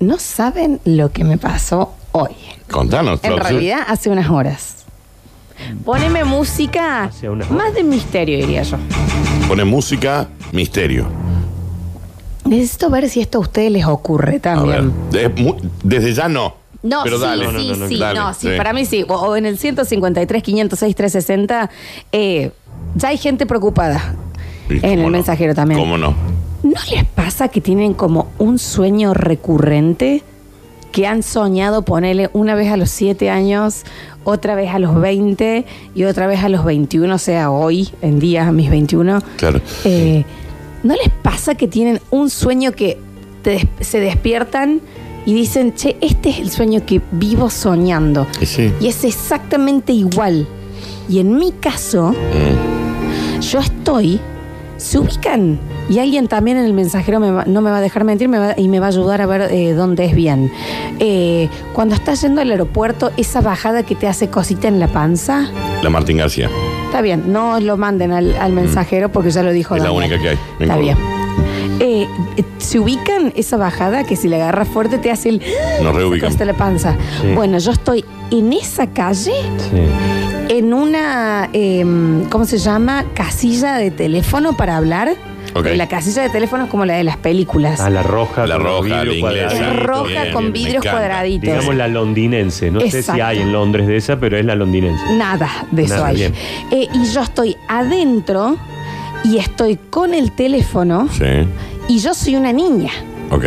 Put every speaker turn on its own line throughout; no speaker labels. No saben lo que me pasó hoy.
Contanos,
En
Floxu.
realidad, hace unas horas. Poneme música
Hace unas
más
horas.
de misterio, diría yo.
Pone música, misterio.
Necesito ver si esto a ustedes les ocurre
A ver.
también.
de- mu- desde ya no.
No,
pero
sí,
dale.
sí,
No, no, no,
sí,
dale,
no, sí,
sí.
para mí sí. O, o en el 153, 506, 360, eh, ya hay gente preocupada.
Y
En
cómo
el
no,
mensajero también.
¿Cómo no?
¿No les pasa que tienen como un sueño recurrente? Que han soñado ponerle una vez a los 7 años, otra vez a los 20 y otra vez a los 21, o sea, hoy en día, a mis 21.
Claro.
Eh, ¿No les pasa que tienen un sueño que te des- se despiertan y dicen, che, este es el sueño que vivo soñando?
Y sí.
Y es exactamente igual. Y en mi caso,
Mm.
yo estoy, se ubican. Y alguien también en el mensajero me va- no me va a dejar mentir me va- y me va a ayudar a ver eh, dónde es bien. Eh, cuando estás yendo al aeropuerto, esa bajada que te hace cosita en la panza,
La Martín García.
está bien, no lo manden al, al mensajero porque ya lo dijo
es la
Daniel.
única que hay. Me
Está
acuerdo.
bien. Eh, eh, se ubican esa bajada que si la agarras fuerte te hace el...
Nos reubican.
Hasta la panza.
Sí.
Bueno, yo estoy en esa calle
Sí.
en una, eh, ¿cómo se llama? Casilla de teléfono para hablar.
Ok.
La casilla de teléfono es como la de las películas.
A Ah, la roja.
La
con
roja,
vidrio
la inglesa.
es
cuadradito.
roja
bien, bien,
con
me
vidrios
encanta.
cuadraditos.
Digamos la londinense. No sé si
Exacto.
hay en Londres de esa, pero es la londinense.
Nada de eso
Nada,
hay.
bien.
Eh, y yo estoy adentro y estoy con el teléfono
Sí.
y yo soy una niña.
Ok.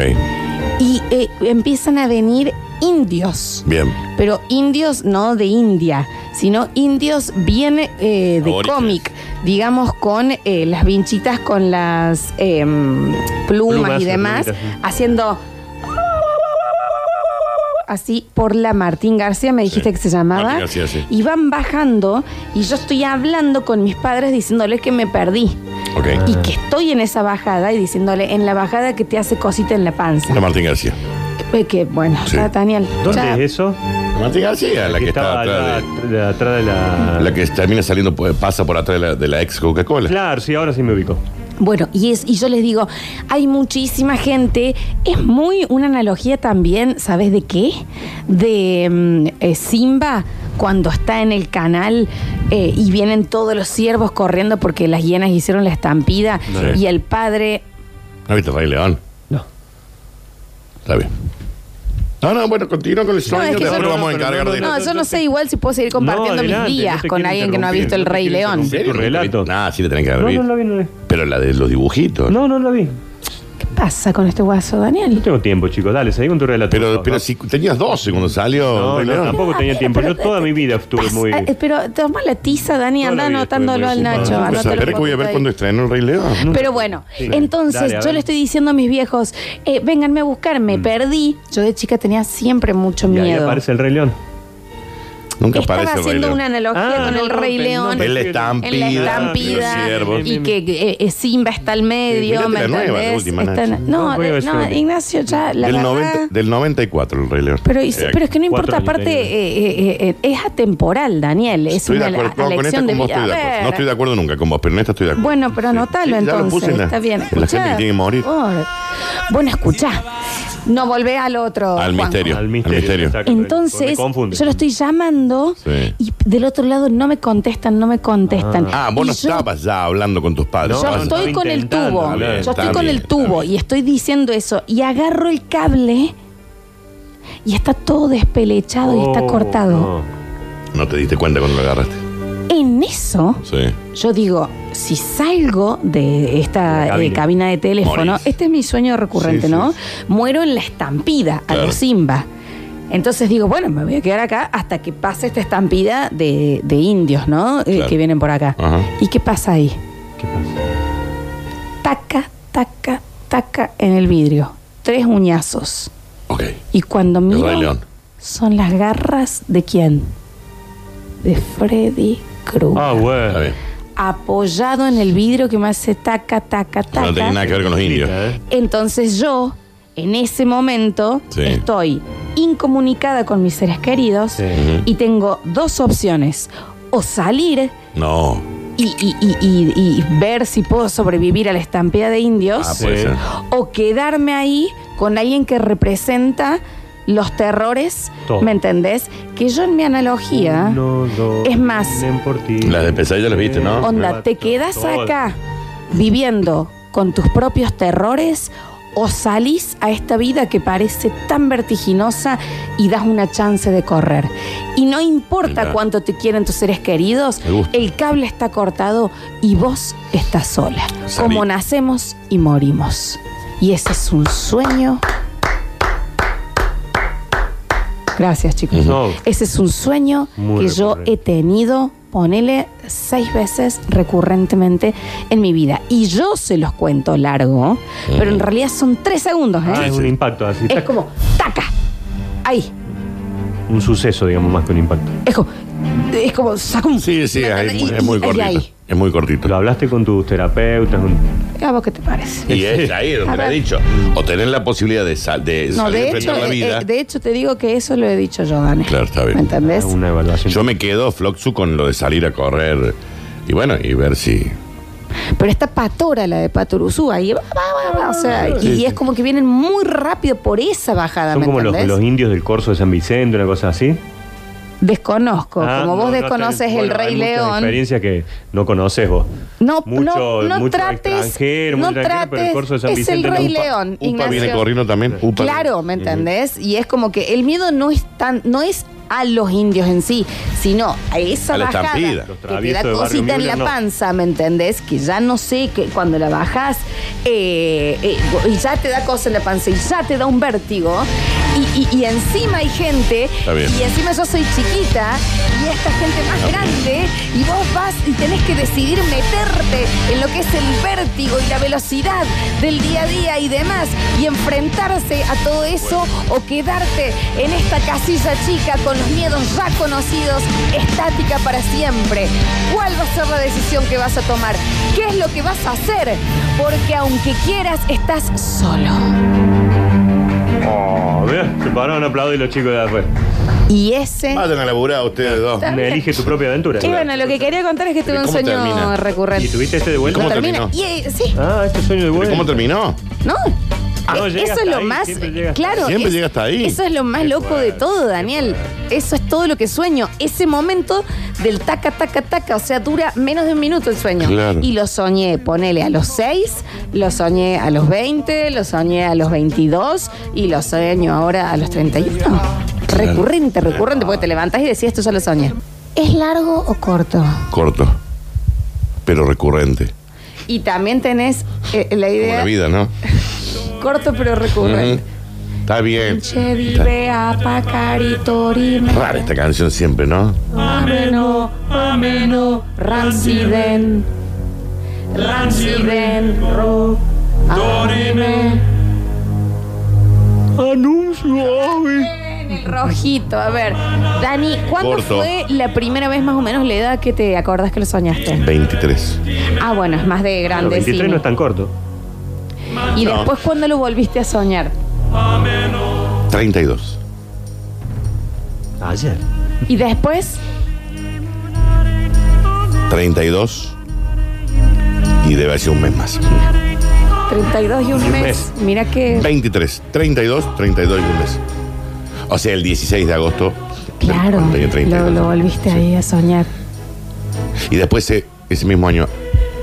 Y eh, empiezan a venir indios.
Bien.
pero indios no de India, sino indios bien eh, de
Aborígenes.
cómic, digamos con eh, las vinchitas, con las em, plumas,
Plumas,
y demás,
las plumitas, sí.
haciendo así por la Martín García, me dijiste
Sí.
que se llamaba,
Martín García, sí.
y van bajando y yo estoy hablando con mis padres diciéndoles que me perdí.
Ok.
Ah. Y que estoy en esa bajada y diciéndole en la bajada que te hace cosita en la panza.
La Martín García.
Eh, Que bueno,
Sí.
ya, Daniel.
¿Dónde
ya-
es eso?
La Martín García, la que, está atrás de-
atrás de la... atrás de la-
La que termina saliendo, pues, pasa por atrás de la, de la ex Coca-Cola.
Claro, sí, ahora sí me ubico.
Bueno, y, es, y yo les digo, hay muchísima gente. Es muy una analogía también, ¿sabes de qué? De mm, eh, Simba cuando está en el canal eh, y vienen todos los ciervos corriendo porque las hienas hicieron la estampida
Sí.
y el padre...
¿No viste Rey León?
No.
Está bien. No, no, bueno, continúa con el sueño.
es que
después
yo
nos
no-
vamos a encargar
no,
de.
no,
No, yo no sé igual si puedo seguir compartiendo
No, adelante,
mis
no
días
te
con
quiero
alguien que no ha visto el Rey
interrumpir, no te
León.
Ah, ¿En serio?
tu relato.
Nah, sí te tenés que haber
No,
visto.
no la vi, no la vi.
Pero la de los dibujitos.
No, no la vi.
¿Qué pasa con este guaso, Daniel?
No tengo tiempo, chicos. Dale, seguí con tu relato. por
Pero,
favor.
pero si tenías 12 cuando salió.
No,
Rey
no,
León.
tampoco tenía tiempo. Yo
Ah, Pero-
toda mi vida estuve
Pasa-
muy...
eh, Pero toma la tiza, Dani,
Toda
anda
la vida estuve
anotándolo
muy
al
ocupada.
Nacho.
No,
Ah, pues,
anótalo
espera que voy a
porque
ver
está
cuando
ahí.
estrenó el Rey León.
Pero bueno,
Sí.
entonces
Dale, a
yo
ver.
le estoy diciendo a mis viejos, eh, vénganme a buscar,
Mm.
me perdí. Yo de chica tenía siempre mucho
Y ahí
miedo.
aparece el Rey León.
Nunca
Estaba
aparece el Rey
haciendo
León.
una analogía
Ah,
con
no,
el
no,
Rey
no,
León.
no,
Es la
en
estampida.
la
de los
estampida
ciervos.
y que eh, eh, Simba está al medio,
Sí,
¿me
mírate la nueva, la
entendés?
última,
Está-
Nacho.
no,
No, voy a
eh,
ver
no,
si-
Ignacio ya Ah, la
Del,
verdad-
90 del 94 el Rey León.
pero, y sí,
Eh,
pero es que no importa,
Cuatro años
aparte
tenía.
eh, eh, eh, es atemporal, Daniel. Es
Estoy de
una
acuerdo
la-
no, con esta
elección de
con vos
vida.
estoy de
A
acuerdo. No
ver.
estoy de acuerdo nunca con vos, pero en esta estoy de acuerdo.
Bueno, pero
Sí.
anotalo
Sí, ya lo puse
entonces.
en la-
Está bien.
en La
Escuchá,
gente que tiene que morir.
por favor. Bueno, escuchá. No volvé al otro.
Al
Juanjo.
misterio.
Al
Al
misterio.
misterio.
exacto. Me
Entonces,
confunde.
yo lo estoy llamando
Sí.
y del otro lado no me contestan, no me contestan.
Ah, vos
Y
no
yo-
estabas ya hablando con tus padres.
No,
Yo
estabas-
estaba
estoy con el
intentando,
tubo.
está bien,
Yo estoy
está
con
bien,
el
está
tubo
bien.
y estoy diciendo eso. Y agarro el cable y está todo despelechado y está
Oh,
cortado.
no.
No te diste cuenta cuando lo agarraste.
En eso.
Sí.
Yo digo, si salgo de esta eh,
La
cabina.
cabina.
de teléfono,
Morís.
este es mi sueño
Sí,
recurrente,
sí,
¿no?
sí.
Muero en la estampida a
Claro.
los Simba. Entonces digo, bueno, me voy a quedar acá hasta que pase esta estampida de, de indios, ¿no? Eh,
Claro.
que vienen por acá.
Ajá.
¿Y qué pasa ahí?
¿Qué pasa?
Taca, taca, taca en el vidrio. Tres uñazos.
Ok.
Y cuando
Rey
miro,
León.
son las garras de quién? De Freddy Krueger.
Ah, bueno.
Está bien.
apoyado en el vidrio que me hace taca, taca, taca.
No tenía nada que ver con los indios.
¿Eh?
Entonces yo, en ese momento,
Sí.
estoy incomunicada con mis seres queridos
Sí.
y tengo dos opciones. O salir
No.
y, y- y- y- y ver si puedo sobrevivir a la estampida de indios
Ah, puede
Sí.
ser.
o quedarme ahí con alguien que representa los terrores,
Todo.
¿me entendés? Que yo en mi analogía,
Uno, dos,
Es más,
ven por ti.
Las de pesadilla las viste, ¿no?
onda, ¿te quedas acá viviendo con tus propios terrores o salís a esta vida que parece tan vertiginosa y das una chance de correr? Y no importa
Mira.
cuánto te quieren tus seres queridos,
Me gusta.
el cable está cortado y vos estás sola,
Sabí.
como nacemos y morimos. Y ese es un sueño. Gracias, chicos.
No,
Ese es un sueño
Muy
que yo
recurrente.
he tenido, ponele, seis veces recurrentemente en mi vida. Y yo se los cuento largo, pero en realidad son tres segundos, ¿eh?
ah, es un impacto así.
es
tac,
como, ¡taca! Ahí.
Un suceso, digamos, más que un impacto.
Es como, es como, saca Ah, un...
Sí, sí, es,
Y-
es muy
y- y
cortito.
ahí.
Es muy cortito.
Lo hablaste con tus terapeutas. con-
¿A vos qué te parece?
Y es ahí donde
A
le he
ver.
dicho. O tener la posibilidad de, sal- de
No,
salir
de
frente
hecho,
a la vida.
eh, de hecho te digo que eso lo he dicho yo, Dani.
Claro, está bien.
¿Me entendés?
Una evaluación.
Yo me quedo, Floxu, con lo de salir a correr. Y bueno, y ver si.
Pero está patora la de Paturuzú ahí. va, va, va, va, o sea, y, y es como que vienen muy rápido por esa bajada,
Ah, Son
¿me
como los,
entendés?
los indios del corso de San Vicente, una cosa así.
Desconozco,
Ah,
como vos
no, no
desconoces
tenés-
el
bueno,
Rey
hay muchas
León.
experiencias que no conoces vos.
No,
Mucho-
no, no
mucho
trates,
extranjero,
no
mucho extranjero, pero el
trates,
corso de San
es
Vicente
el
no.
Rey
Upa-
León,
Upa viene
Ignacio.
corriendo también. Upa.
Claro, ¿me entendés? Y es como que el miedo no es tan, no es a los indios en sí, sino a esa
A la
bajada
estampida.
Los
que te
traviesos
da
de Barrio
cosita en
Müller,
la
no.
panza, ¿me entendés? Que ya no sé, que cuando la bajas eh, eh, y ya te da cosa en la panza y ya te da un vértigo. Y, y- y encima hay gente,
Está bien.
y encima yo soy chiquita, y esta gente más grande, y vos vas y tenés que decidir meterte en lo que es el vértigo y la velocidad del día a día y demás, y enfrentarse a todo eso o quedarte en esta casilla chica con los miedos ya conocidos, estática para siempre. ¿Cuál va a ser la decisión que vas a tomar? ¿Qué es lo que vas a hacer? Porque aunque quieras, estás solo.
Oh, vean, se pararon a aplaudir los chicos de afuera.
Y ese...
Vayan a laburar ustedes dos.
Está bien.
Elige tu propia aventura.
Y bueno, lo que quería contar es que tuve un
¿Cómo
sueño
termina?
¿Y
recurrente.
tuviste este de vuelta?
¿Cómo
No termina.
terminó?
Y, eh, sí,
Ah, este sueño de
¿Pero
vuelta.
cómo terminó?
no.
No,
Eh,
llega
eso
hasta
es lo
ahí,
más.
siempre llega hasta
claro.
ahí. Siempre
es-
llega hasta ahí.
Eso es lo más
Qué
loco de
fuerte,
todo,
qué
Daniel.
fuerte.
Eso es todo lo que sueño. Ese momento del taca, taca, taca. O sea, dura menos de un minuto el sueño.
Claro.
Y lo soñé, ponele a los 6, lo soñé a los 20, lo soñé a los 22 y lo sueño ahora a los 31. Recurrente, recurrente, porque te levantás y decís, esto ya lo soñé. ¿Es largo o corto?
Corto. Pero recurrente.
Y también tenés eh, la
Como
idea
la vida, ¿no?
corto pero recurrente.
Ujú. Está bien.
Che vive a Pacari Torino.
Rara esta canción siempre, ¿no?
Ameno, ameno, ranciden. Ranciden, ro. Torime.
Anuncio.
En el rojito, a ver. Dani, ¿cuándo
Corto.
fue la primera vez más o menos la edad que te acordás que lo soñaste?
23.
Ah, bueno, es más de
Los
grande.
23
sí.
no es tan corto.
Y
No.
después, ¿cuándo lo volviste a soñar?
32.
Ayer.
Y después,
32. Y debe ser un mes más.
32 y un mes.
mes.
Mira que.
23. 32, 32 y un mes. O sea, el 16 de agosto. del
Claro,
cuando tenía 32.
lo, lo volviste ahí a soñar.
Y después ese, ese mismo año,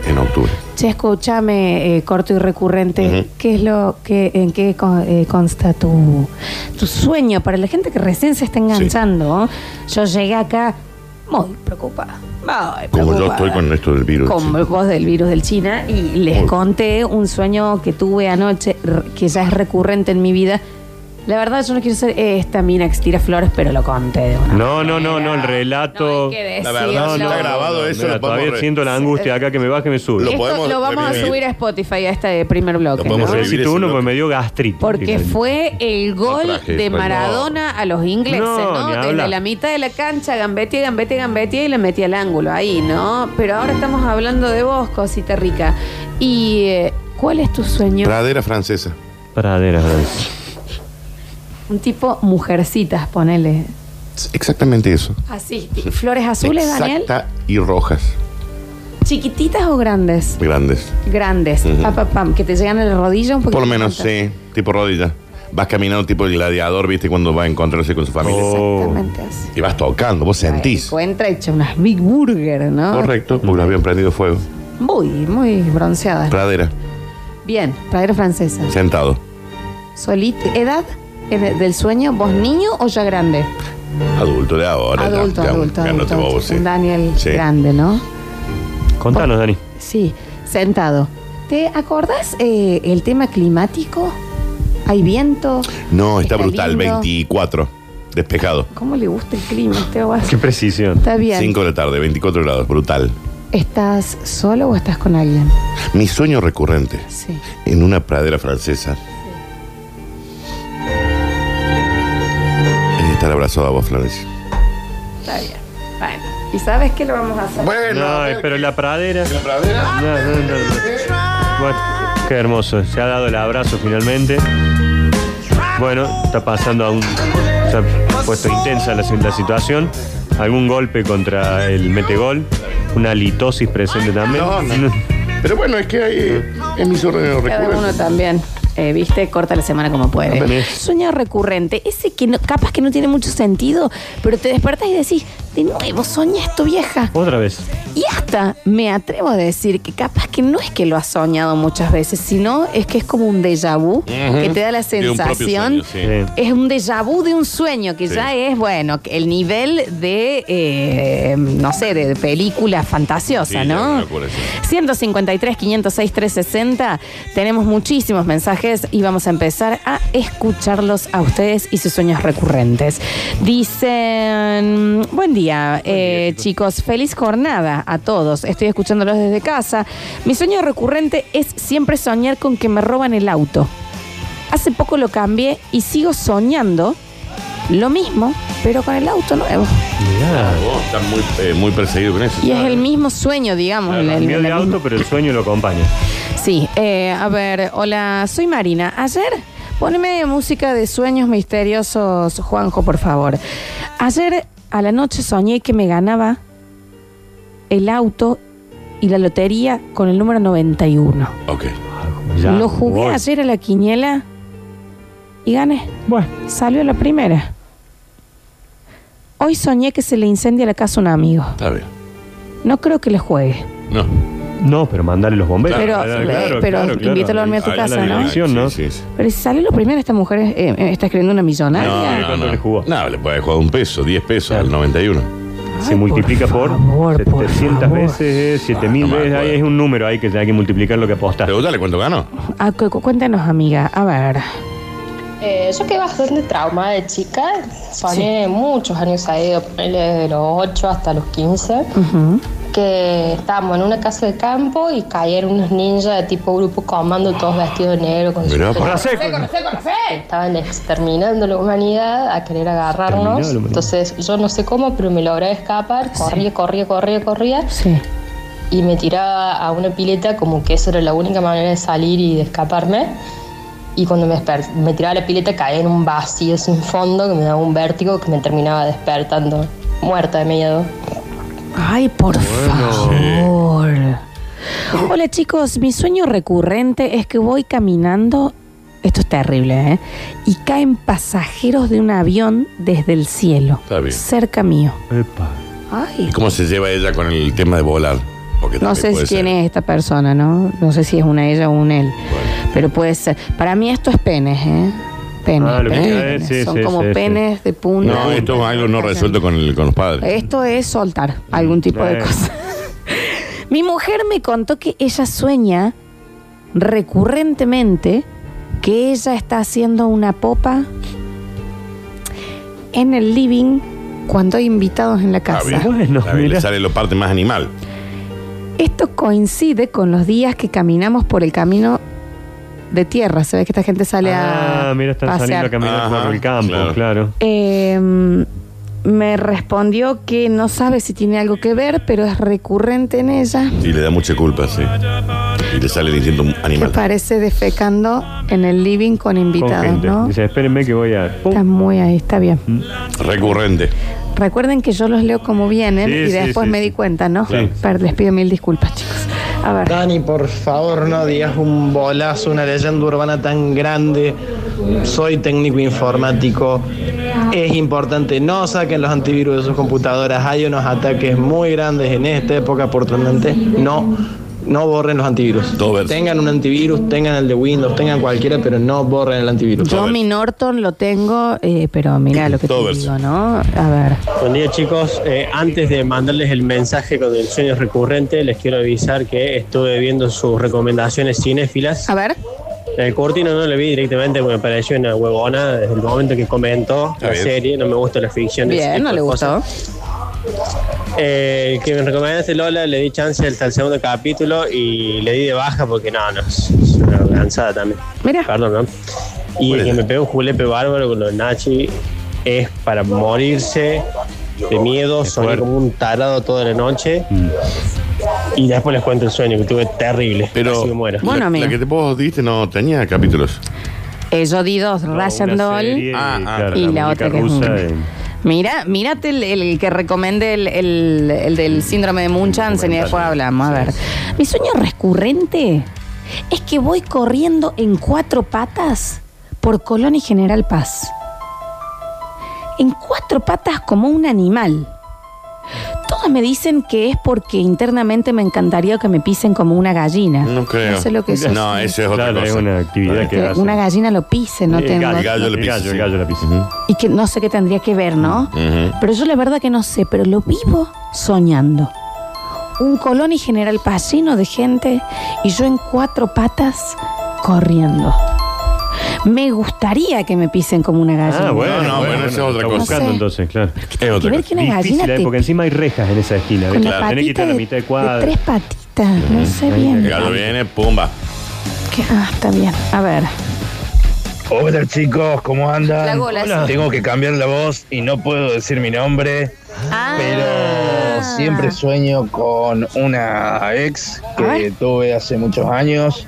en octubre.
Che, escúchame, eh, corto y recurrente,
Ujú.
¿qué es lo que, en qué con- eh, consta tu, tu sueño? Para la gente que recién se está enganchando, ¿no? yo llegué acá muy preocupada. muy
Como yo
preocupada.
estoy con esto del virus.
Con
sí.
vos del virus del China y les
Muy.
conté un sueño que tuve anoche, r- que ya es recurrente en mi vida. La verdad, yo no quiero ser esta mina que tira flores, pero lo conté de una
No, no, no, no, el relato.
No, hay que
La verdad,
decirlo.
si está grabado eso,
Mira,
lo podemos
todavía
re-
siento la angustia acá que me baje y me sube.
Lo
Esto
podemos
lo vamos a
revivir.
subir a Spotify a este primer
Lo
bloque.
podemos
¿no?
revivir.
Necesito
ese
uno
bloque.
porque me dio gastritis.
Porque fue el gol
No traje,
de
pues,
Maradona a los ingleses,
No,
¿no?
ni
Desde
hablar.
la mitad de la cancha, gambetia, gambetia, gambetia y le metí al ángulo ahí, ¿no? Pero ahora estamos hablando de vos, cosita rica. ¿Y eh, cuál es tu sueño?
Pradera francesa.
Pradera, Frank.
Un tipo mujercitas, ponele.
Exactamente eso.
Así, flores azules, Daniel.
Exacta y rojas.
¿Chiquititas o grandes?
Grandes.
Grandes.
Ujú.
Pa, pa, pam, que te llegan a la rodilla un poquito.
Por lo menos, sí. Tipo rodilla. Vas caminando tipo el gladiador, ¿viste? Cuando va a encontrarse con su familia.
Oh. Exactamente así.
Y vas tocando, vos sentís.
Encuentra hecha unas Big Burger, ¿no?
Correcto, porque lo habían prendido fuego.
Muy, muy bronceada.
Pradera,
Bien, pradera francesa.
sentado.
Solita. ¿Edad Ed- del sueño? ¿Vos niño o ya grande?
Adulto de ahora. ya,
adulto,
ya,
adulto,
ya no te
adulto,
bobo, sí.
Un Daniel
Sí.
grande, ¿no?
Contanos, Dani.
Sí, sentado. ¿Te acordás eh, el tema climático? ¿Hay viento?
No, está, brutal.
lindo.
24. Despejado.
¿Cómo le gusta el clima a este guaso?
Qué precisión.
Está bien.
5 de la tarde, 24 grados. Brutal.
¿Estás solo o estás con alguien?
Mi sueño recurrente
Sí.
en una pradera francesa es estar abrazado a vos, Florencia.
Está bien. Bueno. ¿Y sabes qué lo vamos a hacer?
Bueno,
No, eh, pero la pradera.
la pradera.
No, no, no, no. Bueno, qué hermoso. Se ha dado el abrazo finalmente. Bueno, está pasando a un. Se ha puesto intensa la, la situación. Algún golpe contra el metegol. Una litosis presente también.
No, no. Pero bueno, es que hay, eh, es mi sueño
Cada uno
recurrente.
también. Eh, ¿Viste? Corta la semana como puede.
También.
Sueño recurrente. Ese que no- capaz que no tiene mucho sentido, pero te despertas y decís, de nuevo soñé esto, vieja.
Otra vez.
Y hasta me atrevo a decir que capaz que no es que lo has soñado muchas veces, sino es que es como un déjà vu que te da la
De un propio
sensación.
sueño,
Es un déjà vu de un sueño que ya es, bueno, que el nivel de, eh, no sé, de, de película fantasiosa,
Sí, ya
¿no?
me acuerdo, sí.
153, 506, 360. Tenemos muchísimos mensajes y vamos a empezar a escucharlos a ustedes y sus sueños recurrentes. Dicen, buen día, eh, chicos, feliz jornada a todos. Estoy escuchándolos desde casa. Mi sueño recurrente es siempre soñar con que me roban el auto. Hace poco lo cambié y sigo soñando lo mismo, pero con el auto nuevo.
Mirá.
Vos estás muy, eh, muy perseguido con eso.
Y es el mismo sueño, digamos. el- el-
Cambió de
la misma-
auto, pero el sueño lo acompaña.
Sí, eh, a ver, hola, soy Marina. Ayer, poneme música de sueños misteriosos, Juanjo, por favor. Ayer a la noche soñé que me ganaba el auto y la lotería con el número 91.
Ok.
Ya,
Lo jugué
voy.
ayer a la quiniela y gané.
Bueno,
Salió la primera. Hoy soñé que se le incendia la casa a un amigo.
Está bien.
No creo que le juegue.
No.
no, pero mandale los bomberos.
Pero,
Claro,
eh,
claro,
pero
claro, claro.
invítalo a dormir a tu
Ahí
casa,
la
¿no?
dirección, ¿no?
Sí, sí, sí.
Pero si sale lo primero, esta mujer eh, eh, está escribiendo una millonaria.
¿cuánto le jugó?
No, le puede jugar un peso, 10 pesos
Claro.
al 91.
Se
Ay,
multiplica por,
favor, por
700
favor.
veces,
Ah, no
7000
me
veces.
acuerdo.
Ahí es un número ahí que hay que multiplicar lo que aposta.
Pregúntale cuánto ganó.
Ah, cu- cu- cuéntanos, amiga. A ver.
Eh, yo quedé bastante trauma de chica. Soñé muchos años ahí, ponele desde los 8 hasta los 15,
Ujú.
que estábamos en una casa de campo y cayeron unos ninjas de tipo grupo comando, todos vestidos de negro con
Mirá,
sus
para-
Estaban exterminando la humanidad a querer
Exterminado la
agarrarnos.
humanidad.
Entonces yo no sé cómo, pero me logré escapar. Corría, corría, corría, corría
Sí.
y me tiraba a una pileta como que eso era la única manera de salir y de escaparme. Y cuando me, desper- me tiraba a la pileta caía en un vacío sin fondo que me daba un vértigo que me terminaba despertando, muerta de miedo.
Ay, por favor. Hola chicos, mi sueño recurrente es que voy caminando, esto es terrible, ¿eh? Y caen pasajeros de un avión desde el cielo,
Está bien.
cerca mío.
Epa.
Ay,
¿Cómo se lleva ella con el tema de volar? Porque
no
también
sé
puede
si quién
ser.
es esta persona, ¿no? No sé si es una ella o un él, pero puede ser. Para mí esto es penes, ¿eh? Penes,
Ah, lo que
penes,
te iba a
penes.
decir,
son
sí,
como
sí, sí.
penes de punta.
No, esto es algo no resuelto con, el- con los padres.
Esto es soltar algún tipo de
Eh.
cosa. Mi mujer me contó que ella sueña recurrentemente que ella está haciendo una popa en el living cuando hay invitados en la
Ah, bien.
casa.
Bueno,
Está bien,
mirá.
le sale la parte más animal.
Esto coincide con los días que caminamos por el camino de tierra. Se ve que esta gente sale a
Ah, mira, están
pasear.
saliendo a caminar
Ajá,
por el campo,
claro.
claro.
Eh, me respondió que no sabe si tiene algo que ver, pero es recurrente en ella.
Y le da mucha culpa, sí. Y le sale el instinto
que
animal.
parece defecando en el living con
Con
invitados,
gente.
¿no?
Dice, espérenme que voy a. pum. Mm.
Está muy ahí, está bien.
Recurrente.
Recuerden que yo los leo como vienen
Sí,
y
sí,
después
sí,
me
sí.
di cuenta, ¿no?
Sí.
Pero les pido mil disculpas, chicos. A ver.
Dani, por favor, no digas un bolazo, una leyenda urbana tan grande. Soy técnico informático. Es importante, no saquen los antivirus de sus computadoras. Hay unos ataques muy grandes en esta época por tornante. No, no borren los antivirus.
Dos versos.
Tengan un antivirus, tengan el de Windows, tengan cualquiera, pero no borren el antivirus.
Yo mi Norton lo tengo, eh, pero mira lo que te
Todo verso.
digo, ¿no? A ver.
Buen día chicos, Eh, antes de mandarles el mensaje con el sueño recurrente, les quiero avisar que estuve viendo sus recomendaciones cinéfilas.
A ver.
El Curtino no lo vi directamente porque me pareció una huevona desde el momento que comentó
Está
la
bien.
serie, no me gusta la ficción. ese
Bien,
tipo
no
de
le
cosas.
gustó.
Eh, el que me recomendaste Lola, le di chance hasta el segundo capítulo y le di de baja porque no, no, es es una cansada también.
Mira.
Perdón, ¿no? Y el que me pegó un julepe bárbaro con los Nachi es para morirse de miedo, soñé
fuerte.
como un tarado toda la noche. Y después les cuento el sueño que tuve terrible.
Pero
casi me muero.
Bueno,
la,
amigo.
la que te vos diste no tenía capítulos.
Eh, yo di dos, Russian
Una
Doll.
serie,
Ah, ah.
claro,
Y la
muñeca
otra que es
rusa,
un-
eh,
Mira, mírate el, el que recomende el, el- el del síndrome de Munchausen y después hablamos. A ver. Mi sueño recurrente es que voy corriendo en cuatro patas por Colón y General Paz. En cuatro patas como un animal. Todos me dicen que es porque internamente me encantaría que me pisen como una gallina.
No creo.
No sé lo que eso
No,
es.
eso es otra
Claro,
cosa.
es una actividad que
Que
hace.
una gallina lo pise, no
El
tengo.
gallo,
El gallo
El
le pisa,
gallo,
sí.
el gallo le pisa.
Y que no sé qué tendría que ver, ¿no?
Ujú.
Pero yo la verdad que no sé, pero lo vivo soñando. Un colón y general Paz lleno de gente y yo en cuatro patas corriendo. Me gustaría que me pisen como una gallina.
Ah, bueno,
No, no, bueno, eso es otra
está
cosa.
buscando
No sé.
entonces, claro.
Es
Que
otra
ver
cosa.
que una
Difícil,
gallina
eh,
te-
porque encima hay rejas en esa esquina.
con
¿viste? Tenés
la
que
patita
quitar la
de,
mitad de
de
cuadra.
tres patitas, no sé
El
bien.
gallo viene, pumba.
Que- ah, está bien. A ver.
Hola chicos, ¿cómo andan?
La gola, Hola. sí.
Tengo que cambiar la voz y no puedo decir mi nombre,
Ah.
pero siempre sueño con una ex
A
que
ver.
tuve hace muchos años.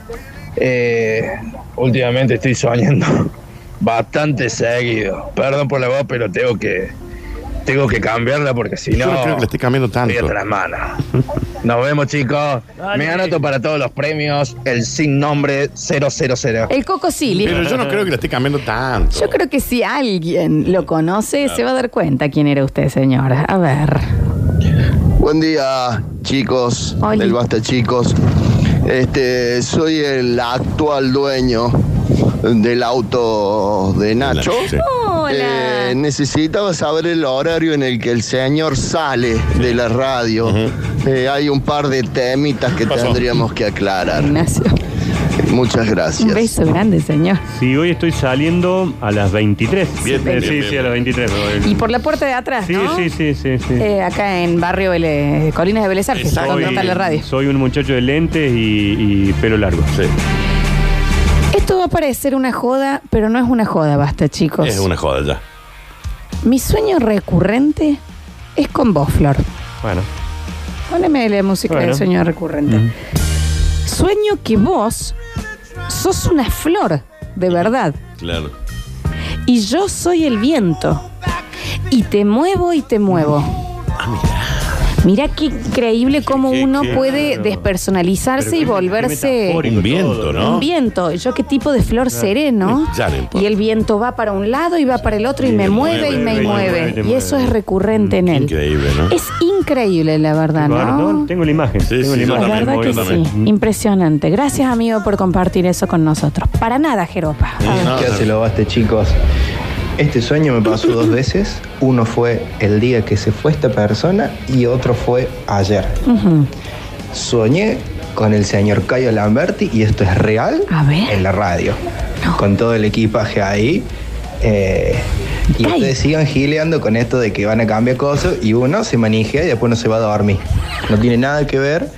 Eh, últimamente estoy soñando bastante seguido. Perdón por la voz, pero tengo que tengo que cambiarla porque si
Yo
no
no creo que le esté cambiando tanto.
voy hasta las manos. Nos vemos chicos. Me anoto para todos los premios el sin nombre 000.
El coco sí, listo.
Pero yo no creo que le esté cambiando tanto.
Yo creo que si alguien lo conoce, se va a dar cuenta quién era usted, señora. A ver.
Buen día, chicos
Oli.
del Basta Chicos. Este, soy el actual dueño del auto de Nacho.
Sí.
Hola.
Eh, necesitaba saber el horario en el que el señor sale de la radio. Eh, hay un par de temitas que
Pasó.
tendríamos que aclarar.
Ignacio.
Muchas gracias.
Un beso grande, señor.
Sí, hoy estoy saliendo a las 23.
Bien,
Eh,
bien,
sí,
bien,
sí,
bien.
a las 23. me voy.
Y por la puerta de atrás,
Sí,
¿no?
sí, sí, sí, sí.
Eh, acá en barrio Vélez- Colinas de Belezar, que está
Soy-
donde está la radio.
Soy un muchacho de lentes y, y pelo largo.
Sí.
Esto va a parecer una joda, pero no es una joda, basta, chicos.
Es una joda ya.
Mi sueño recurrente es con vos, Flor.
Bueno,
Poneme la música
Bueno.
del sueño recurrente.
Mm.
Sueño que vos sos una flor, de verdad.
Claro.
Y yo soy el viento. Y te muevo y te muevo. mira. qué increíble cómo
Ah, Qué- qué-
uno
qué-
puede
claro.
despersonalizarse
Pero
y
qué- qué
volverse
metafórico.
Un viento, ¿no?
un viento. Yo qué tipo de flor seré, ¿no?
Ya no importa.
Y el viento va para un lado y va para el otro y, me mueve, y me mueve.
te
Y
mueve.
eso es recurrente en él.
Increíble, ¿no?
Es increíble, la verdad,
Ahora,
Ah, ¿no?
no, tengo la imagen.
Sí,
tengo
sí,
la
yo
La
imagen.
verdad que
yo también.
sí, impresionante. Gracias, amigo, por compartir eso con nosotros. Para nada, Jeropa. A ver.
No,
¿Qué
no.
hace lo baste, chicos? Este sueño me pasó dos veces. Uno fue el día que se fue esta persona y otro fue ayer.
Ujú.
Soñé con el señor Cayo Lamberti y esto es real
A ver.
en la radio.
No.
Con todo el equipaje ahí. eh, y
Cayo.
ustedes sigan gileando con esto de que van a cambiar cosas y uno se manijea y después no se va a dormir. No tiene nada que ver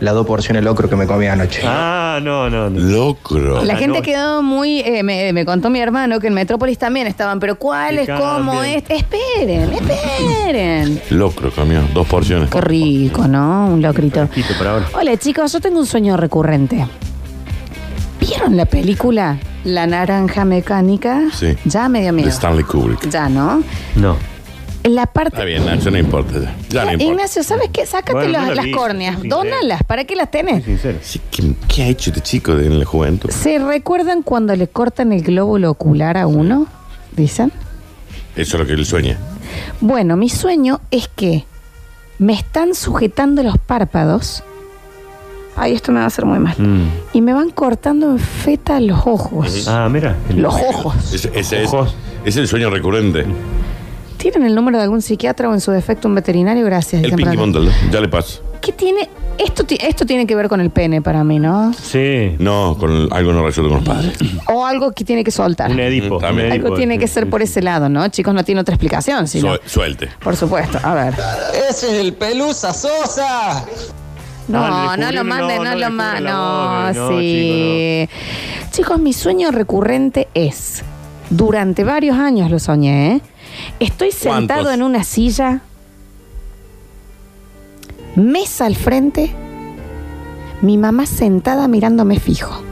las dos porciones de locro que me comí anoche.
Ah, no, no, no.
Locro.
La
Ah,
gente
no.
quedó muy. eh, me, me contó mi hermano que en Metrópolis también estaban, pero ¿cuál
Que
es? ¿Cómo
cambien.
es? Esperen, esperen.
Locro comió. Dos porciones.
Qué rico, ¿no? Un locrito.
Fresquito por ahora.
Hola, chicos, yo tengo un sueño recurrente. ¿Vieron la película La Naranja Mecánica?
Sí.
Ya medio
De
miedo.
Stanley Kubrick.
Ya, ¿no?
No.
La parte.
Está bien, Nacho, no importa. Ya, ya no importa.
Ignacio, ¿sabes qué? Sácate
Bueno,
las,
no la
las
vi,
córneas,
sí,
dónalas, ¿para qué las tenés?
Sincero.
Sí, ¿qué, qué ha hecho este chico de- en la juventud?
¿Se recuerdan cuando le cortan el glóbulo ocular a uno? Dicen.
Eso es lo que él sueña.
Bueno, mi sueño es que me están sujetando los párpados. Ay, esto me va a hacer muy mal.
Mm.
Y me van cortando en feta los ojos.
Ah, mira.
Los ojos.
Ese, ese es,
Ojos.
es el sueño recurrente.
¿Tienen el número de algún psiquiatra o en su defecto un veterinario? Gracias.
El
dicen por
Pinky
acá.
Bundle, ¿no? ya le pasa.
¿Qué tiene? Esto, ti- esto tiene que ver con el pene para mí, ¿no?
Sí.
No, con algo no resuelto con los padres. Mm,
O algo que tiene que soltar.
Un Edipo. un
También.
Algo
Edipo.
tiene que ser por ese lado, ¿no? Chicos, no tiene otra explicación, sino.
Sue- suelte.
Por supuesto, a ver.
Ese es el Pelusa Sosa.
No,
Ah,
no,
le
lo
descubrieron,
manden,
no,
no,
no
lo
le
manden.
descubrieron
No,
la voz, no,
sí. Chicos, mi sueño recurrente es, durante varios años lo soñé, ¿eh? estoy sentado
¿Cuántos?
en una silla, mesa al frente, mi mamá sentada mirándome fijo.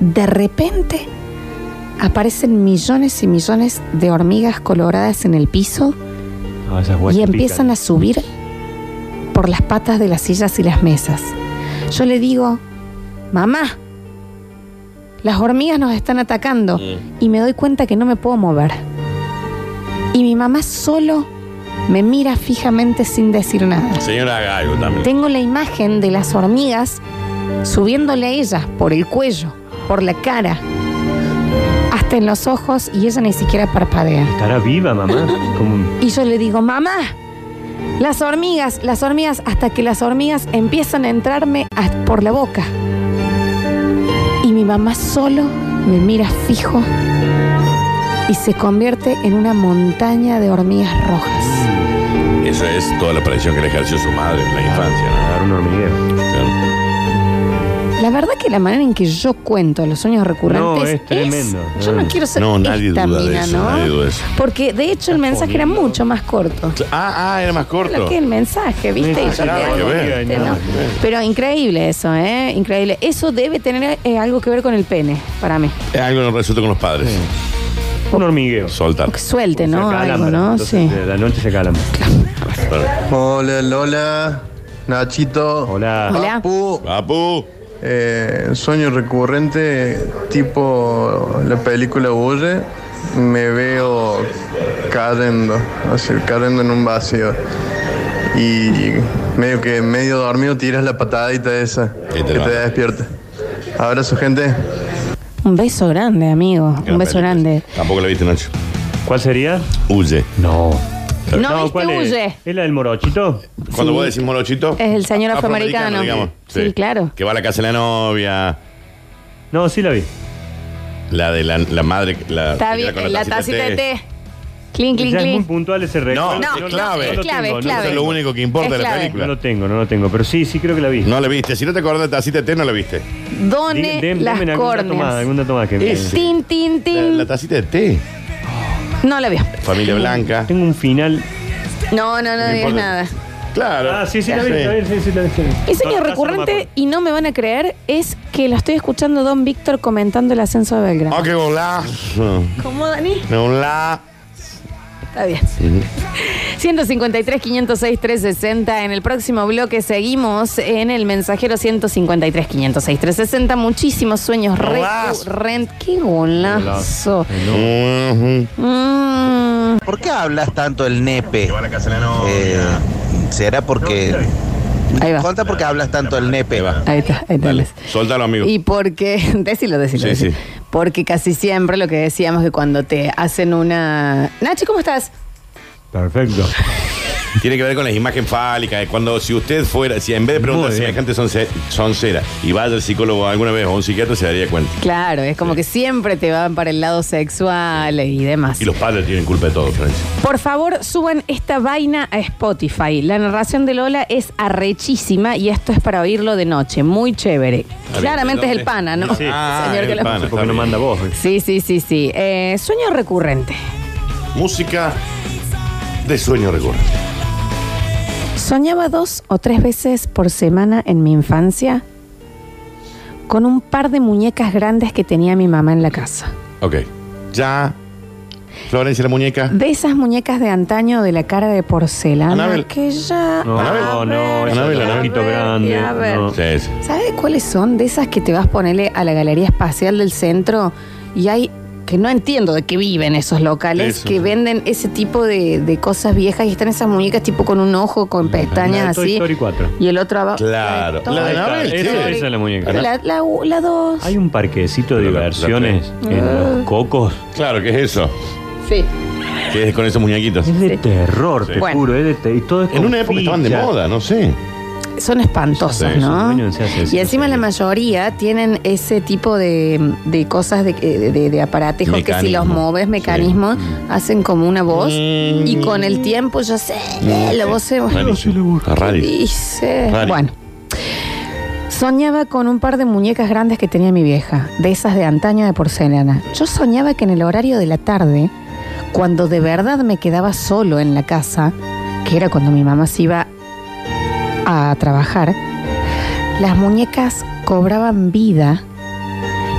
De repente aparecen millones y millones de hormigas coloradas en el piso
Ah, esas guachas
y empiezan
pican.
a subir por las patas de las sillas y las mesas. Yo le digo, mamá, las hormigas nos están atacando y me doy cuenta que no me puedo mover. Y mi mamá solo me mira fijamente sin decir nada.
Señora haga algo también.
Tengo la imagen de las hormigas subiéndole a ella por el cuello, por la cara, hasta en los ojos y ella ni siquiera parpadea.
Estará viva, mamá. Como-
Y yo le digo, mamá, las hormigas, las hormigas, hasta que las hormigas empiezan a entrarme a- por la boca. Y mi mamá solo me mira fijo y se convierte en una montaña de hormigas rojas.
Eso es toda la presión que le ejerció su madre en la infancia.
Ah, Dar un hormiguero.
¿no? Claro.
La verdad que la manera en que yo cuento los sueños recurrentes
No, es tremendo.
yo no
Mm.
quiero ser
No, nadie
esta
duda de
mina,
eso,
¿no?
nadie duda de eso.
Porque de hecho el mensaje era
poniendo-
mucho más corto.
Ah, ah, era más
lo
corto.
que es el mensaje, ¿viste?
No,
Y yo
nada
quedé
que ver,
triste,
nada
¿no?
que ver.
Pero increíble eso, ¿eh? Increíble. Eso debe tener eh, algo que ver con el pene, para mí.
Es Eh, algo no resuelto con los padres.
Un hormiguero.
Soltar.
O que suelte, ¿no?
Se
Algo,
acalambra.
¿no?
Entonces, eh,
Sí.
de La noche se calambra.
Hola Lola, Nachito.
Hola.
Hola.
Papu.
Papu.
Eh, sueño recurrente tipo la película Bulle, me veo cayendo, así cayendo en un vacío. Y medio que medio dormido tiras la patadita esa
Y te
que te
levanta.
despierta. Abrazo gente.
Un beso grande, amigo.
Gran
Un beso
película.
grande.
Tampoco la viste, Nacho.
¿Cuál sería?
Huye.
No.
No, viste,
¿cuál es?
huye.
¿Es la del morochito?
Cuando vos decís morochito.
Es el señor afroamericano.
digamos.
Sí, claro.
Que va a la casa de la novia.
No, sí la vi.
La de la, la madre. La,
Está
que era
bien, la tacita de té. Clink, clink,
Ya es muy
clink.
puntual ese recuerdo.
No, es clave.
lo- lo
Es
clave,
tengo,
es
no lo
Eso
clave.
es
tengo.
lo único que importa
Es
de la
clave.
película.
No lo tengo, no lo tengo. Pero sí, sí creo que la vi.
No la viste. Si no te acordás de tacita de té, no la viste.
Done
Dime- deme
las
algún dato más,
córneas.
algún dato más que me-
Ese.
Tin, tin,
La,
tin.
la tacita de té.
No la vio.
Familia Blanca.
Tengo un final.
No, no, no
No
digas
importa.
nada.
Claro.
Ah, sí, sí, la vi, la vi, sí, sí, la vi. sí.
Mi
No,
sueño
no,
recurrente,
no
y no me van a creer, es que lo estoy escuchando a Don Víctor comentando el ascenso de Belgrano.
Ah, qué golazo.
¿Cómo, Dani?
Hola.
Está bien. 153, 506, 360. En el próximo bloque seguimos en el mensajero 153, 506, 360. Muchísimos sueños
Golazo.
recurrentes. ¡Qué golazo!
Ujú.
Mm,
¿Por qué hablas tanto el nepe? Eh, ¿Será porque...
Ahí va.
Conta porque hablas tanto el nepe.
Ahí está, ahí está.
Dale, Soltalo, amigo.
Y porque, decilo, decilo.
Sí,
decilo.
sí.
Porque casi siempre lo que decíamos que cuando te hacen una. Nachi, ¿cómo estás?
Perfecto.
Tiene que ver con las imágenes fálicas. de Cuando si usted fuera, si en vez de preguntar
Muy bien.
semejante son, son cera y vaya al psicólogo alguna vez o a un psiquiatra, se daría cuenta.
Claro, es como que siempre te van para el lado sexual y demás.
Y los padres tienen culpa de todo, Florencia.
Por favor, suban esta vaina a Spotify. La narración de Lola es arrechísima y esto es para oírlo de noche. Muy chévere.
bien,
Claramente
¿de
es
dónde?
el pana, ¿no?
Sí. Ah, el
que lo-
pana.
Porque no manda vos. eh.
Sí, sí, sí, sí. Eh, sueño recurrente.
Música de sueño recurrente.
Soñaba dos o tres veces por semana en mi infancia con un par de muñecas grandes que tenía mi mamá en la casa.
Ok. Ya Florencia la muñeca.
De esas muñecas de antaño de la cara de porcelana
Anabel.
que ya.
No,
A
no,
ver,
no,
esa
y
es la
a
Anabel.
ver,
grande,
y a ver.
no.
Sí, sí.
¿Sabes cuáles son? De esas que te vas a ponerle a la Galería Espacial del Centro y hay que no entiendo de qué viven esos locales
Eso.
que venden ese tipo de, de cosas viejas y están esas muñecas tipo con un ojo, con
La de
pestañas
Toy
así.
Story 4.
Y el otro abajo.
Claro.
Toy
La de
Story.
Anabel,
Esa-
sí.
esa es la muñeca.
La, la, u- la dos.
Hay un parquecito de
Pero la-
diversiones en los cocos.
Claro, ¿qué es eso?
Sí.
¿Qué es con esos muñequitos?
Es de
Sí.
terror, te
Bueno.
juro. Es de te- y todo es
En
con
una época estaban de
fichas.
moda, no sé.
Son espantosas,
Sí,
¿no?
son dueños de esas-
Y encima la mayoría tienen ese tipo de, de cosas, de, de, de- de aparatejos que si los
Mecanismo.
mueves,
Sí.
mecanismos, hacen como una voz.
Mm.
Y con el tiempo ya sé, la voz se...
Rarísimo. Rarísimo.
Dice.
Rarísimo.
Bueno. Soñaba con un par de muñecas grandes que tenía mi vieja, de esas de antaño de porcelana. Yo soñaba que en el horario de la tarde, cuando de verdad me quedaba solo en la casa, que era cuando mi mamá se iba a trabajar, las muñecas cobraban vida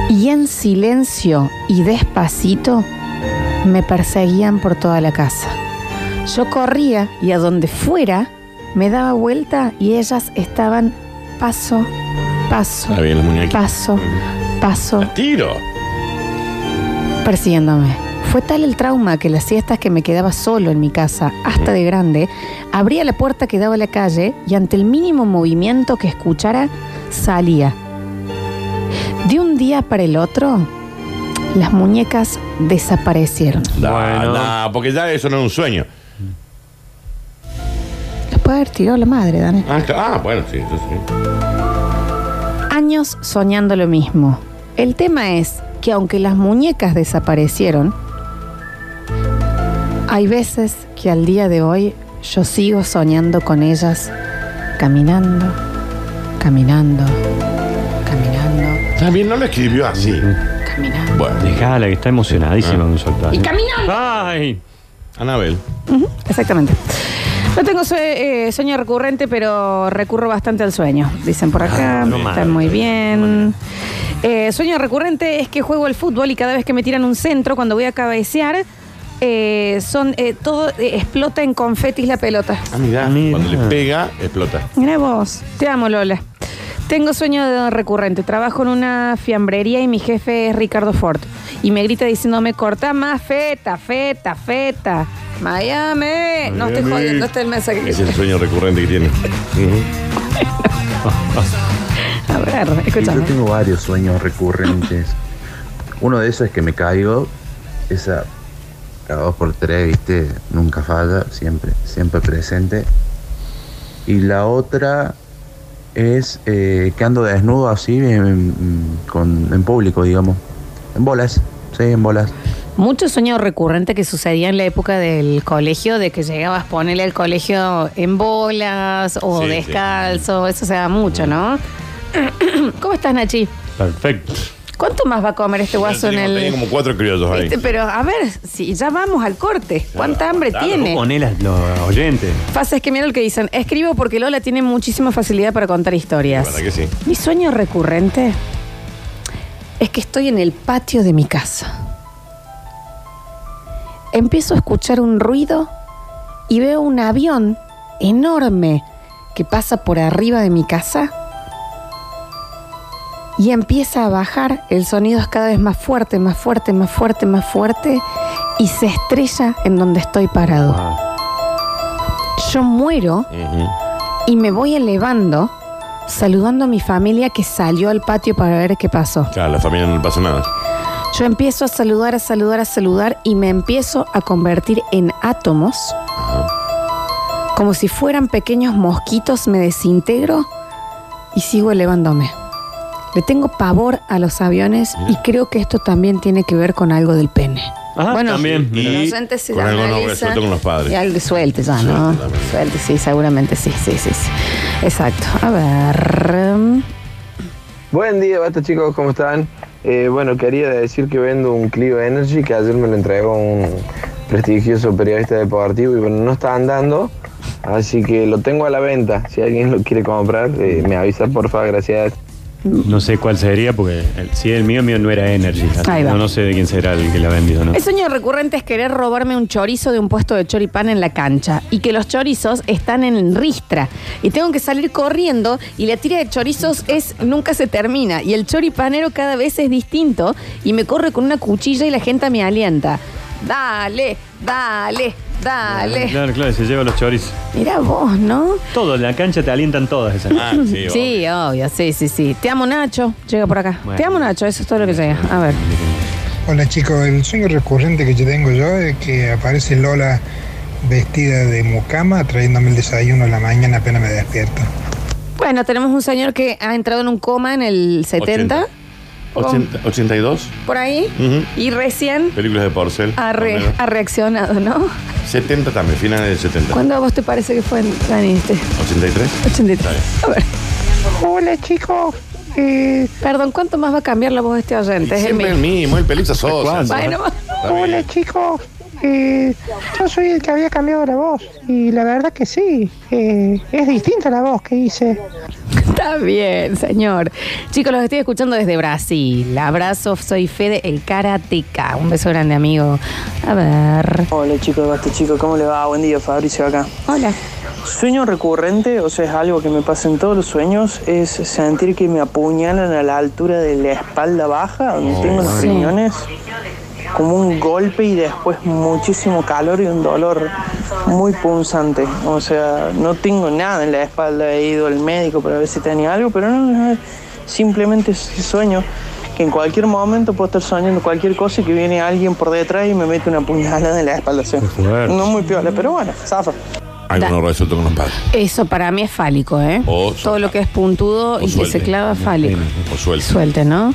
y en silencio y despacito me perseguían por toda la casa. Yo corría y a donde fuera me daba vuelta y ellas estaban paso, paso,
Está bien, los muñequitos.
paso, paso,
Tiro.
persiguiéndome. Fue tal el trauma que las siestas que me quedaba solo en mi casa, hasta de grande, abría la puerta que daba a la calle y ante el mínimo movimiento que escuchara, salía. De un día para el otro, las muñecas desaparecieron.
No,
Bueno.
no, porque ya eso no es un sueño.
Los puede haber tirado la madre, Dani.
Ah, está- ah, bueno, sí, eso sí.
Años soñando lo mismo. El tema es que aunque las muñecas desaparecieron, hay veces que al día de hoy yo sigo soñando con ellas, caminando, caminando, caminando,
También no lo escribió así.
caminando.
Bueno, Ah.
Dejala, que está emocionadísima con soltar.
Y caminando.
¡Ay!
Anabel.
Exactamente. No tengo sue- eh, sueño recurrente, pero recurro bastante al sueño. Dicen por acá,
Ah, no
está
mal.
muy bien. Eh, sueño recurrente es que juego al fútbol y cada vez que me tiran un centro, cuando voy a cabecear, eh, son eh, todo eh, explota en confetis la pelota.
Ah, mirá,
Mirá.
cuando le pega, explota.
Mira vos, te amo Lola. Tengo sueño de- recurrente. Trabajo en una fiambrería y mi jefe es Ricardo Ford. Y me grita diciéndome, corta más feta, feta, feta. Miami. No estoy
Miami.
jodiendo, este es el mensaje. que-
Ese es el sueño recurrente que tiene.
A ver,
Yo
escúchame.
tengo varios sueños recurrentes. Uno de esos es que me caigo, esa cada dos por tres, viste, nunca falla, siempre, siempre presente. Y la otra es eh, que ando desnudo así en, con- en público, digamos. En bolas, sí, en bolas.
Mucho sueño recurrente que sucedía en la época del colegio, de que llegabas, ponele al colegio en bolas o
Sí,
descalzo. Eso se da mucho, ¿no? ¿Cómo estás, Nachi?
Perfecto.
¿Cuánto más va a comer este guaso en
Tenía- tenía
el...?
como cuatro criollos ahí.
Este, pero a ver, si ya vamos al corte. ¿Cuánta hambre
claro,
tiene?
Ponelas los oyentes.
Pasa es que mira lo que dicen. Escribo porque Lola tiene muchísima facilidad para contar
La
historias.
verdad que sí.
Mi sueño recurrente es que estoy en el patio de mi casa. Empiezo a escuchar un ruido y veo un avión enorme que pasa por arriba de mi casa y empieza a bajar. El sonido es cada vez más fuerte, más fuerte, más fuerte, más fuerte y se estrella en donde estoy parado.
Ah,
Yo muero
Ujú.
y me voy elevando, saludando a mi familia que salió al patio para ver qué pasó.
Claro, a la familia no le pasa nada.
Yo empiezo a saludar, a saludar, a saludar y me empiezo a convertir en átomos. Como si fueran pequeños mosquitos, me desintegro y sigo elevándome. Le tengo pavor a los aviones y creo que esto también tiene que ver con algo del pene.
Ah, también.
Y
Y
inocente se
con algo no
analiza
resuelto con los padres.
Y algo suelte ya, ¿no?
Suelte también.
Suelte, sí, seguramente sí, sí, sí, sí. Exacto. A ver.
Buen día, basta chicos, ¿cómo están? Eh, bueno, quería decir que vendo un Clio Energy que ayer me lo entregó un prestigioso periodista deportivo y bueno, no está andando, así que lo tengo a la venta. Si alguien lo quiere comprar, eh, me avisa, por favor, gracias.
No sé cuál sería, porque el- si el mío, mío no era Energy. así
Ahí
que
va.
No, no sé de quién será el que la ha vendido, ¿no?
El sueño recurrente es querer robarme un chorizo de un puesto de choripán en la cancha y que los chorizos están en ristra y tengo que salir corriendo y la tira de chorizos es nunca se termina y el choripanero cada vez es distinto y me corre con una cuchilla y la gente me alienta. Dale, dale, dale.
Claro, claro, se lleva los chorizos.
Mira vos, ¿no?
Todo, en la cancha te alientan todas esas.
Ah, sí, obvio. sí, sí, sí. Te amo Nacho, llega por acá.
Bueno.
Te amo Nacho, eso es todo lo que llega. A ver.
Hola chicos, el sueño recurrente que yo tengo yo es que aparece Lola vestida de mucama trayéndome el desayuno a la mañana apenas me despierto.
Bueno, tenemos un señor que ha entrado en un coma en el 70.
Ochenta- 82.
por ahí
Ujú.
y recién
Películas de Porcel.
ha, re-
Romero.
ha reaccionado, ¿no?
70 también, finales del 70.
¿Cuándo a vos te parece que fue, Dani, este
83.
83? A ver.
Hola, Eh, chicos.
Perdón, ¿cuánto más va a cambiar la voz de este oyente? Es el
Siempre el
mismo.
mismo, el Peliza Sosa.
Bueno,
Está bien.
Hola, chicos. Eh, yo soy el que había cambiado la voz y la verdad que sí, eh, es distinta la voz que hice.
está bien, señor. Chicos, los estoy escuchando desde Brasil. Abrazo, soy Fede, el karateca. Un beso grande, amigo. A ver.
Hola chicos, basta chicos, ¿cómo le va? Buen día, Fabricio acá.
Hola.
Sueño recurrente, o sea, es algo que me pasa en todos los sueños, es sentir que me apuñalan a la altura de la espalda baja, donde
Oh,
tengo los
sí.
riñones, como un golpe y después muchísimo calor y un dolor muy punzante. O sea, no tengo nada en la espalda, he ido al médico para ver si tenía algo, pero no, no, simplemente sueño que en cualquier momento puedo estar soñando cualquier cosa y que viene alguien por detrás y me mete una puñalada en la espalda. o sea,
fuerte.
no muy piola, pero bueno, zafa.
Algunos resuelto con los padres.
Eso para mí es fálico, ¿eh?
O
Todo lo que es puntudo y que se
suelte.
clava fálico.
O suelto.
Suelte, ¿no?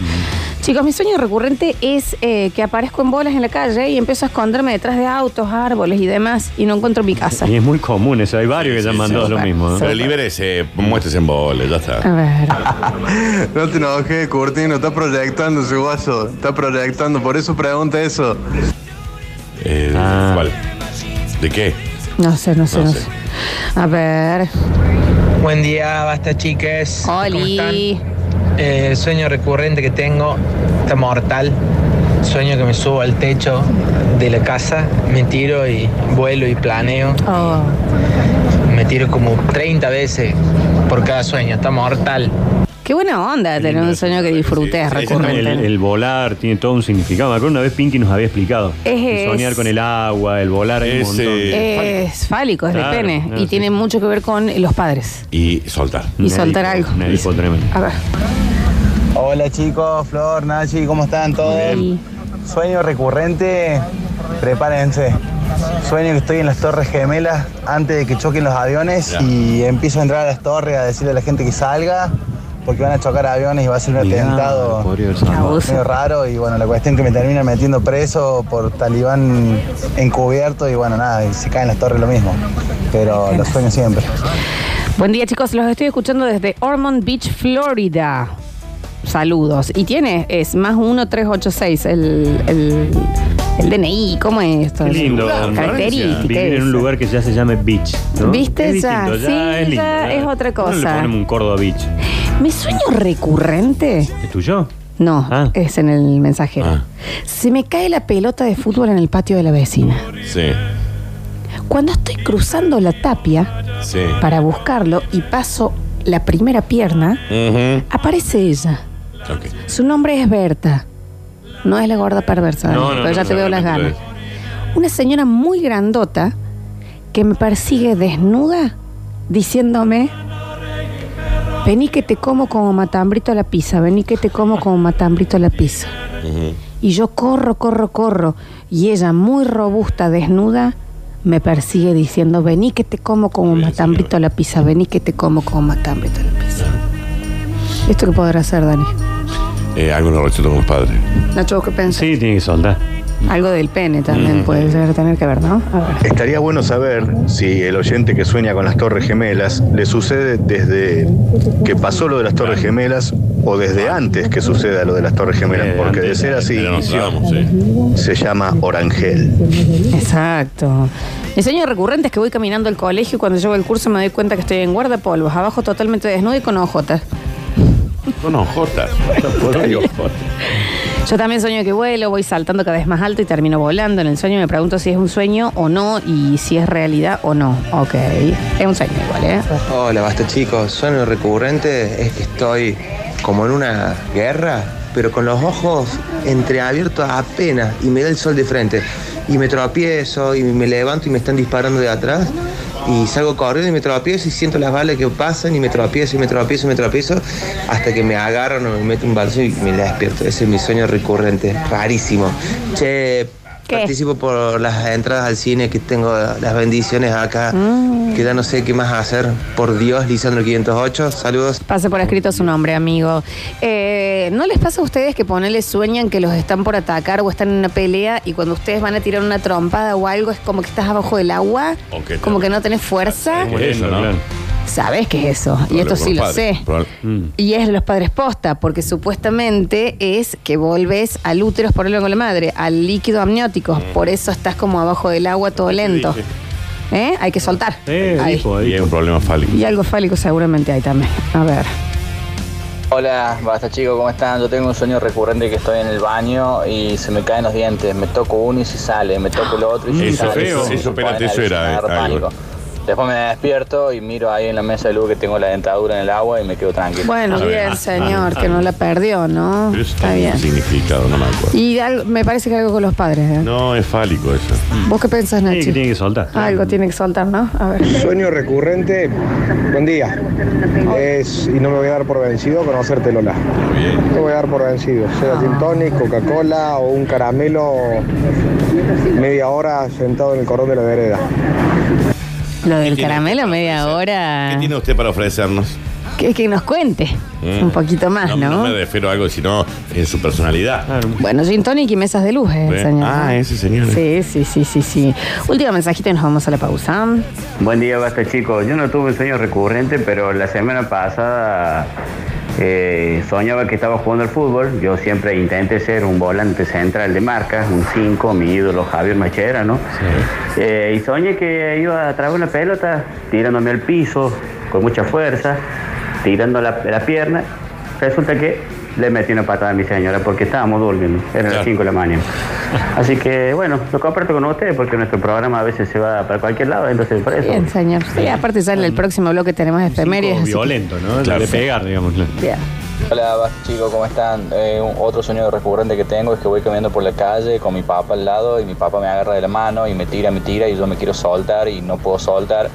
Chicos, mi sueño recurrente es eh, que aparezco en bolas en la calle y empiezo a esconderme detrás de autos, árboles y demás y no encuentro mi casa.
Y es muy común eso. Hay varios que ya han mandado lo mismo. ¿no?
Pero libérese, muéstrese eh, en bola, ya está.
A ver.
No te enojes, Curtino, está proyectando su guaso, está proyectando, por eso pregunta eso.
Eh,
Ah.
¿Cuál? ¿De qué?
No sé, no sé, no, sé. A ver.
Buen día, basta chiques. ¿Cómo están? Eh, el sueño recurrente que tengo está mortal. Sueño que me subo al techo de la casa, me tiro y vuelo y planeo. Me tiro como 30 veces por cada sueño, está mortal.
Qué buena onda tener un sueño que disfrutes
El,
recurrente.
el volar tiene todo un significado. Me acuerdo una vez Pinky nos había explicado.
Es-
El soñar con el agua, el volar, hay un montón.
Es fálico, es
Claro,
de pene.
claro,
y
sí.
tiene mucho que ver con los padres.
Y soltar.
Y soltar algo.
Una hipo tremenda.
A ver.
Hola chicos, Flor, Nachi, ¿cómo están todos? Sueño recurrente, prepárense. Sueño que estoy en las Torres Gemelas antes de que choquen los aviones y empiezo a entrar a las torres a decirle a la gente que salga porque van a chocar aviones y va a ser un atentado medio raro y bueno, la cuestión que me termina metiendo preso por talibán encubierto y bueno, nada, y se caen las torres lo mismo, pero lo sueño siempre.
Buen día, chicos. Los estoy escuchando desde Ormond Beach, Florida. Saludos. Y tiene, es más 1386 el, el, el DNI. ¿Cómo es esto?
Qué lindo.
Característica.
Vivir en un lugar que ya se llame beach. ¿no?
¿Viste?
Es
Ya,
distinto,
sí,
es lindo,
ya es otra
¿Cómo
cosa.
Le ponemos un Córdoba beach.
¿Mi sueño recurrente?
¿Es tuyo?
No,
Ah.
es en el mensajero. Se me cae la pelota de fútbol en el patio de la vecina.
Sí,
Cuando estoy cruzando la tapia
sí.
para buscarlo y paso la primera pierna,
Ujú.
aparece ella.
Ok.
Su nombre es Berta. No es la gorda perversa,
No,
Daniel,
no,
pero
no,
ya
no,
te
no,
veo
no,
las
no, no,
ganas. Una señora muy grandota que me persigue desnuda diciéndome, vení que te como como matambrito a la pizza, vení que te como como matambrito a la pizza. Y yo corro, corro, corro. Y ella, muy robusta, desnuda, me persigue diciendo, vení que te como como matambrito a la pizza, vení que te como como matambrito a la pizza. ¿Esto qué podrá hacer, Dani?
Eh, algunos resuelto con los padres.
Nacho, ¿vos ¿qué pensás?
Sí, tiene que soltar.
Algo del pene también puede ser, tener que ver, ¿no? A ver.
Estaría bueno saber si el oyente que sueña con las Torres Gemelas le sucede desde que pasó lo de las Torres Gemelas o desde antes que suceda lo de las Torres Gemelas, porque de ser así, se llama Orangel.
Exacto. Mi sueño recurrente es que voy caminando al colegio y cuando llego al curso me doy cuenta que estoy en guardapolvos, abajo totalmente desnudo y con ojotas.
Son ojotas. Hay ojotas.
Yo también sueño que vuelo, voy saltando cada vez más alto y termino volando. En el sueño me pregunto si es un sueño o no y si es realidad o no. Ok, es un sueño igual, ¿eh?
Hola, basta chicos. Sueño recurrente es que estoy como en una guerra, pero con los ojos entreabiertos apenas y me da el sol de frente. Y me tropiezo y me levanto y me están disparando de atrás. Y salgo corriendo y me tropiezo y siento las balas que pasan y me tropiezo y me tropiezo y me tropiezo hasta que me agarran o me meten un balazo y me despierto. Ese es mi sueño recurrente, rarísimo. Che, participo por las entradas al cine que tengo las bendiciones acá, que ya no sé qué más hacer. Por Dios, Lisandro 508, saludos.
Pase por escrito su nombre, amigo. Eh, ¿No les pasa a ustedes que ponele sueñan que los están por atacar o están en una pelea y cuando ustedes van a tirar una trompada o algo es como que estás abajo del agua?
O que te-
Como que no tenés fuerza.
Como eso, ¿no?
¿Sabes qué es eso? Y
Probable
esto
por
sí lo
padre.
sé.
Probable- Mm.
Y es los padres posta, porque supuestamente es que volves al útero, es por el con la madre, al líquido amniótico. Por eso estás como abajo del agua todo lento. ¿Eh? Hay que soltar. Ahí.
Y hay un problema fálico.
Y algo fálico seguramente hay también. A ver.
Hola, basta chicos, ¿cómo están? Yo tengo un sueño recurrente que estoy en el baño y se me caen los dientes. Me toco uno y se sale, me toco el otro y se
Eso,
sale.
eso,
Se
eso,
pone
espérate, eso
alucinar,
era eh, algo.
pánico. Después me despierto y miro ahí en la mesa de luz que tengo la dentadura en el agua y me quedo tranquilo.
Bueno,
Ah,
bien, señor, que no la perdió, ¿no?
ah, Pero eso
Está
tiene un
bien.
significado, no me acuerdo.
Y algo- me parece que algo con los padres. ¿eh?
No, es fálico eso.
¿Vos qué pensás, Nachi?
tiene que soltar.
Algo tiene que soltar, ¿no? A ver.
Sueño recurrente, buen día. Es, y no me voy a dar por vencido conocerte, Lola. No me voy a dar por vencido. Sea gin tonic, Coca-Cola o un caramelo, media hora sentado en el cordón de la vereda.
Lo del caramelo, media hora.
¿Qué tiene usted para ofrecernos?
Que, que nos cuente
Mm.
un poquito más, ¿no?
No me refiero a algo, sino en su personalidad.
Bueno, gin tonic y mesas de luz, eh,
Bien.
señor.
Ah, ese señor.
Sí, sí, sí, sí, sí. Último mensajito y nos vamos a la pausa.
Buen día, basta chicos. Yo no tuve un sueño recurrente, pero la semana pasada eh, soñaba que estaba jugando al fútbol. Yo siempre intenté ser un volante central de marca, un 5, mi ídolo Javier Machera, ¿no? Eh, y soñé que iba a traer una pelota, tirándome al piso con mucha fuerza, tirando la, la pierna. Resulta que le metí una patada a mi señora porque estábamos durmiendo, eran las 5 de la mañana. Así que bueno, lo comparto con ustedes porque nuestro programa a veces se va para cualquier lado, entonces por eso.
Bien, señor. Sí, aparte ya en el próximo bloque tenemos efemérides. así que-
Violento, ¿no?
Claro.
De pegar, digamos.
Bien.
Hola, basta chicos, ¿cómo están? Eh, un- otro sueño recurrente que tengo es que voy caminando por la calle con mi papá al lado y mi papá me agarra de la mano y me tira, me tira y yo me quiero soltar y no puedo soltar.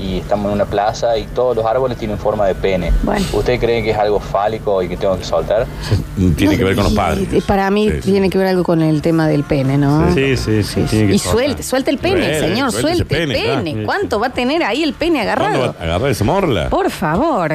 Y estamos en una plaza y todos los árboles tienen forma de pene. ¿Ustedes creen que es algo fálico y que tengo que soltar?
Tiene que ver con los padres.
Y Para mí tiene que ver algo con el tema del pene, ¿no?
Sí, sí, sí. tiene que
Y
soltar.
suelte, suelte el pene,
Suelte,
señor,
suelte ese
suelte el
pene,
pene.
claro.
¿Cuánto va a tener ahí el pene
¿Cuándo va
agarrado?
a agarrar esa morla?
Por favor.